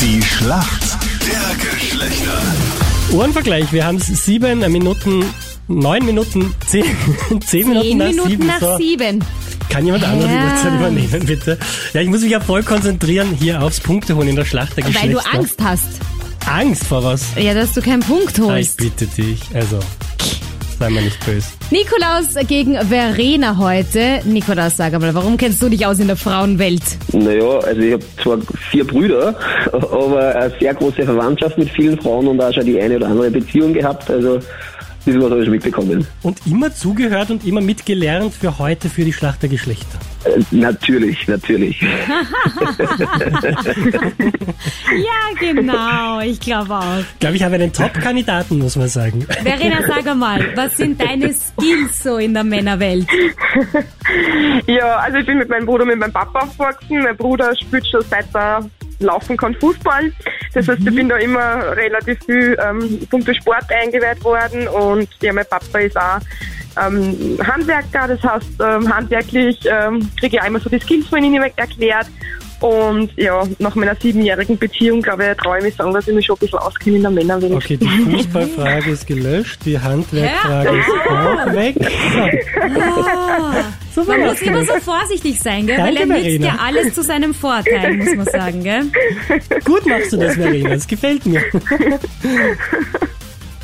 Die Schlacht der Geschlechter. Uhrenvergleich, wir haben es sieben Minuten, neun Minuten, zehn, zehn Minuten Zehn nach Minuten sieben. nach so. sieben. Kann jemand anderes die Ja. Uhrzeit übernehmen, bitte? Ja, ich muss mich ja voll konzentrieren hier aufs Punkte holen in der Schlacht der Weil du Geschlechter. Angst hast. Angst vor was? Ja, dass du keinen Punkt Ah, ich holst. bitte dich. Also, sei mal nicht böse. Nikolaus gegen Verena heute. Nikolaus, sag mal, warum kennst du dich aus in der Frauenwelt? Naja, also ich habe zwar vier Brüder, aber eine sehr große Verwandtschaft mit vielen Frauen und auch schon die eine oder andere Beziehung gehabt. Also das was habe ich mitbekommen. Und immer zugehört und immer mitgelernt für heute für die Schlacht der Geschlechter. Äh, natürlich, natürlich. Ja, genau, ich glaube auch. Ich glaube, ich habe einen Top-Kandidaten, muss man sagen. Verena, sag mal, was sind deine Skills so in der Männerwelt? Ja, also ich bin mit meinem Bruder und mit meinem Papa aufgewachsen. Mein Bruder spielt schon seit er laufen kann Fußball. Das heißt, ich bin da immer relativ viel ähm, vom Sport eingeweiht worden und ja, mein Papa ist auch ähm, Handwerker, das heißt, ähm, handwerklich ähm, kriege ich auch immer so die Skills von ihm erklärt. Und ja, nach meiner siebenjährigen Beziehung, glaube ich, traue ich mich sagen, dass ich mich schon ein bisschen auskenne in der Männerwelt. Okay, die Fußballfrage ist gelöscht, die Handwerkfrage ist auch weg. So, so Man war's. muss immer so vorsichtig sein, gell? Danke, Weil er nützt Verena. ja alles zu seinem Vorteil, muss man sagen, gell? Gut machst du das, Verena, das gefällt mir.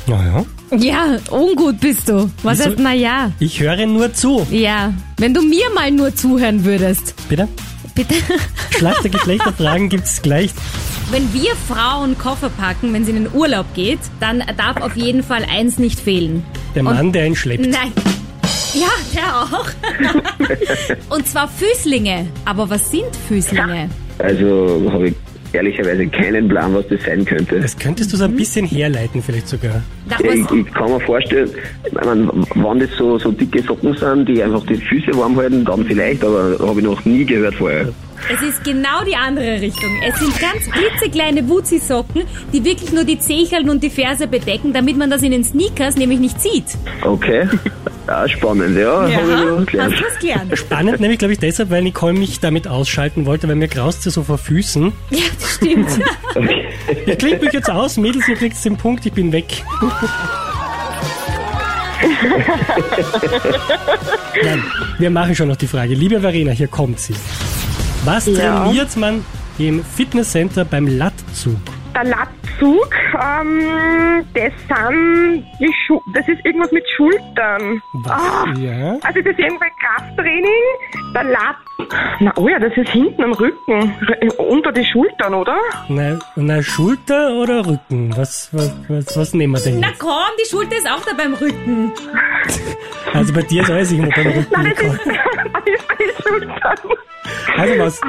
Naja, Ja, ungut bist du. Was Wieso? heißt, na ja, ich höre nur zu. ja. Wenn du mir mal nur zuhören würdest. Bitte? Bitte. Schlacht der Geschlechterfragen gibt's gleich. Wenn wir Frauen Koffer packen, wenn sie in den Urlaub geht, dann darf auf jeden Fall eins nicht fehlen. Der Mann, der ihn schleppt. Nein. Ja, der auch. Und zwar Füßlinge. Aber was sind Füßlinge? Also habe ich ehrlicherweise keinen Plan, was das sein könnte. Das könntest du so ein bisschen herleiten, vielleicht sogar. Nach was, Ich, ich kann mir vorstellen, ich mein, wann das so, so dicke Socken sind, die einfach die Füße warm halten, dann vielleicht, aber habe ich noch nie gehört vorher. es ist genau die andere Richtung. Es sind ganz klitzekleine Wuzi-Socken, die wirklich nur die Zecheln und die Ferse bedecken, damit man das in den Sneakers nämlich nicht sieht. Okay, ja, spannend, ja, ja. habe ich noch gelernt. hast du das gelernt? Spannend nämlich, glaube ich, deshalb, weil Nicole mich damit ausschalten wollte, weil mir graust ja so vor Füßen. Ja, das stimmt. Ich klingt mich jetzt aus, Mädels, ihr kriegt den Punkt, ich bin weg. Nein, wir machen schon noch die Frage. Liebe Verena, hier kommt sie. Was Ja. trainiert man im Fitnesscenter beim Lattzug? Der Latzug, ähm, das sind die Schu das ist irgendwas mit Schultern. Was? Ja. Also das ist jedenfalls Krafttraining, der Latz. Na oh ja, das ist hinten am Rücken, r- äh, unter die Schultern, oder? Na, na, Schulter oder Rücken? Was, was, was, was nehmen wir denn? Na jetzt? komm, die Schulter ist auch da beim Rücken. Also bei dir ist alles irgendwo beim Rücken. Nein, das Nicole. ist, das ist bei den Schultern. Also was?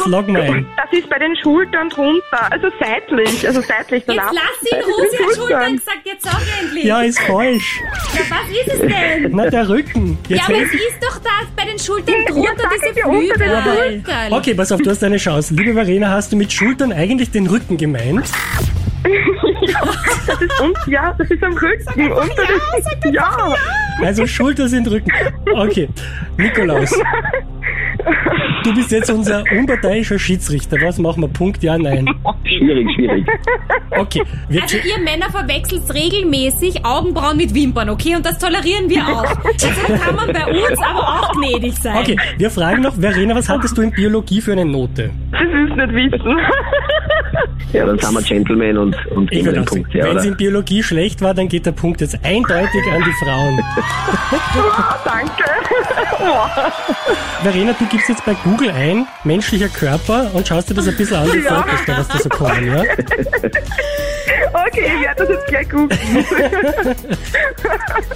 Was loggen wir ein? Das ist bei den Schultern drunter, also seitlich, also seitlich. der Jetzt Latz. lass ihn Ruhe, sie hat Schultern gesagt, jetzt sag endlich. Ja, ist falsch. Na, was ist es denn? Na, der Rücken. Ja, Jetzt aber hilf es ist doch da bei den Schultern drunter sag diese ich dir, unter den Flügel. Okay, pass auf, du hast eine Chance. Liebe Verena, hast du mit Schultern eigentlich den Rücken gemeint? Das ist und, ja, das ist am Rücken. Unter den, ja, Also Schulter sind Rücken. Okay, Nikolaus. Du bist jetzt unser unparteiischer Schiedsrichter. Was machen wir? Punkt, ja, nein. Schwierig, schwierig. Okay, wir Also ihr Männer verwechselt regelmäßig Augenbrauen mit Wimpern, okay? Und das tolerieren wir auch. Deshalb kann man bei uns aber auch gnädig sein. okay, wir fragen noch, Verena, was hattest du in Biologie für eine Note? das ist nicht wissen. Ja, dann sind wir Gentleman und, und Ich geben würde den auch sagen, Punkt, ja, wenn oder? sie in Biologie schlecht war, dann geht der Punkt jetzt eindeutig an die Frauen. Danke. Verena, du gibst jetzt bei Google ein, menschlicher Körper, und schaust dir das ein bisschen an, wie ja. was da so kommen, ja? Okay, ich werde das jetzt gleich gucken.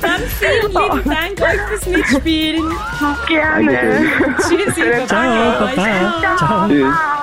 Dann vielen lieben Dank euch fürs Mitspielen. Gerne. Dankeschön. Tschüssi. Ciao, Baba. Baba. Ciao. Tschüss. Ciao.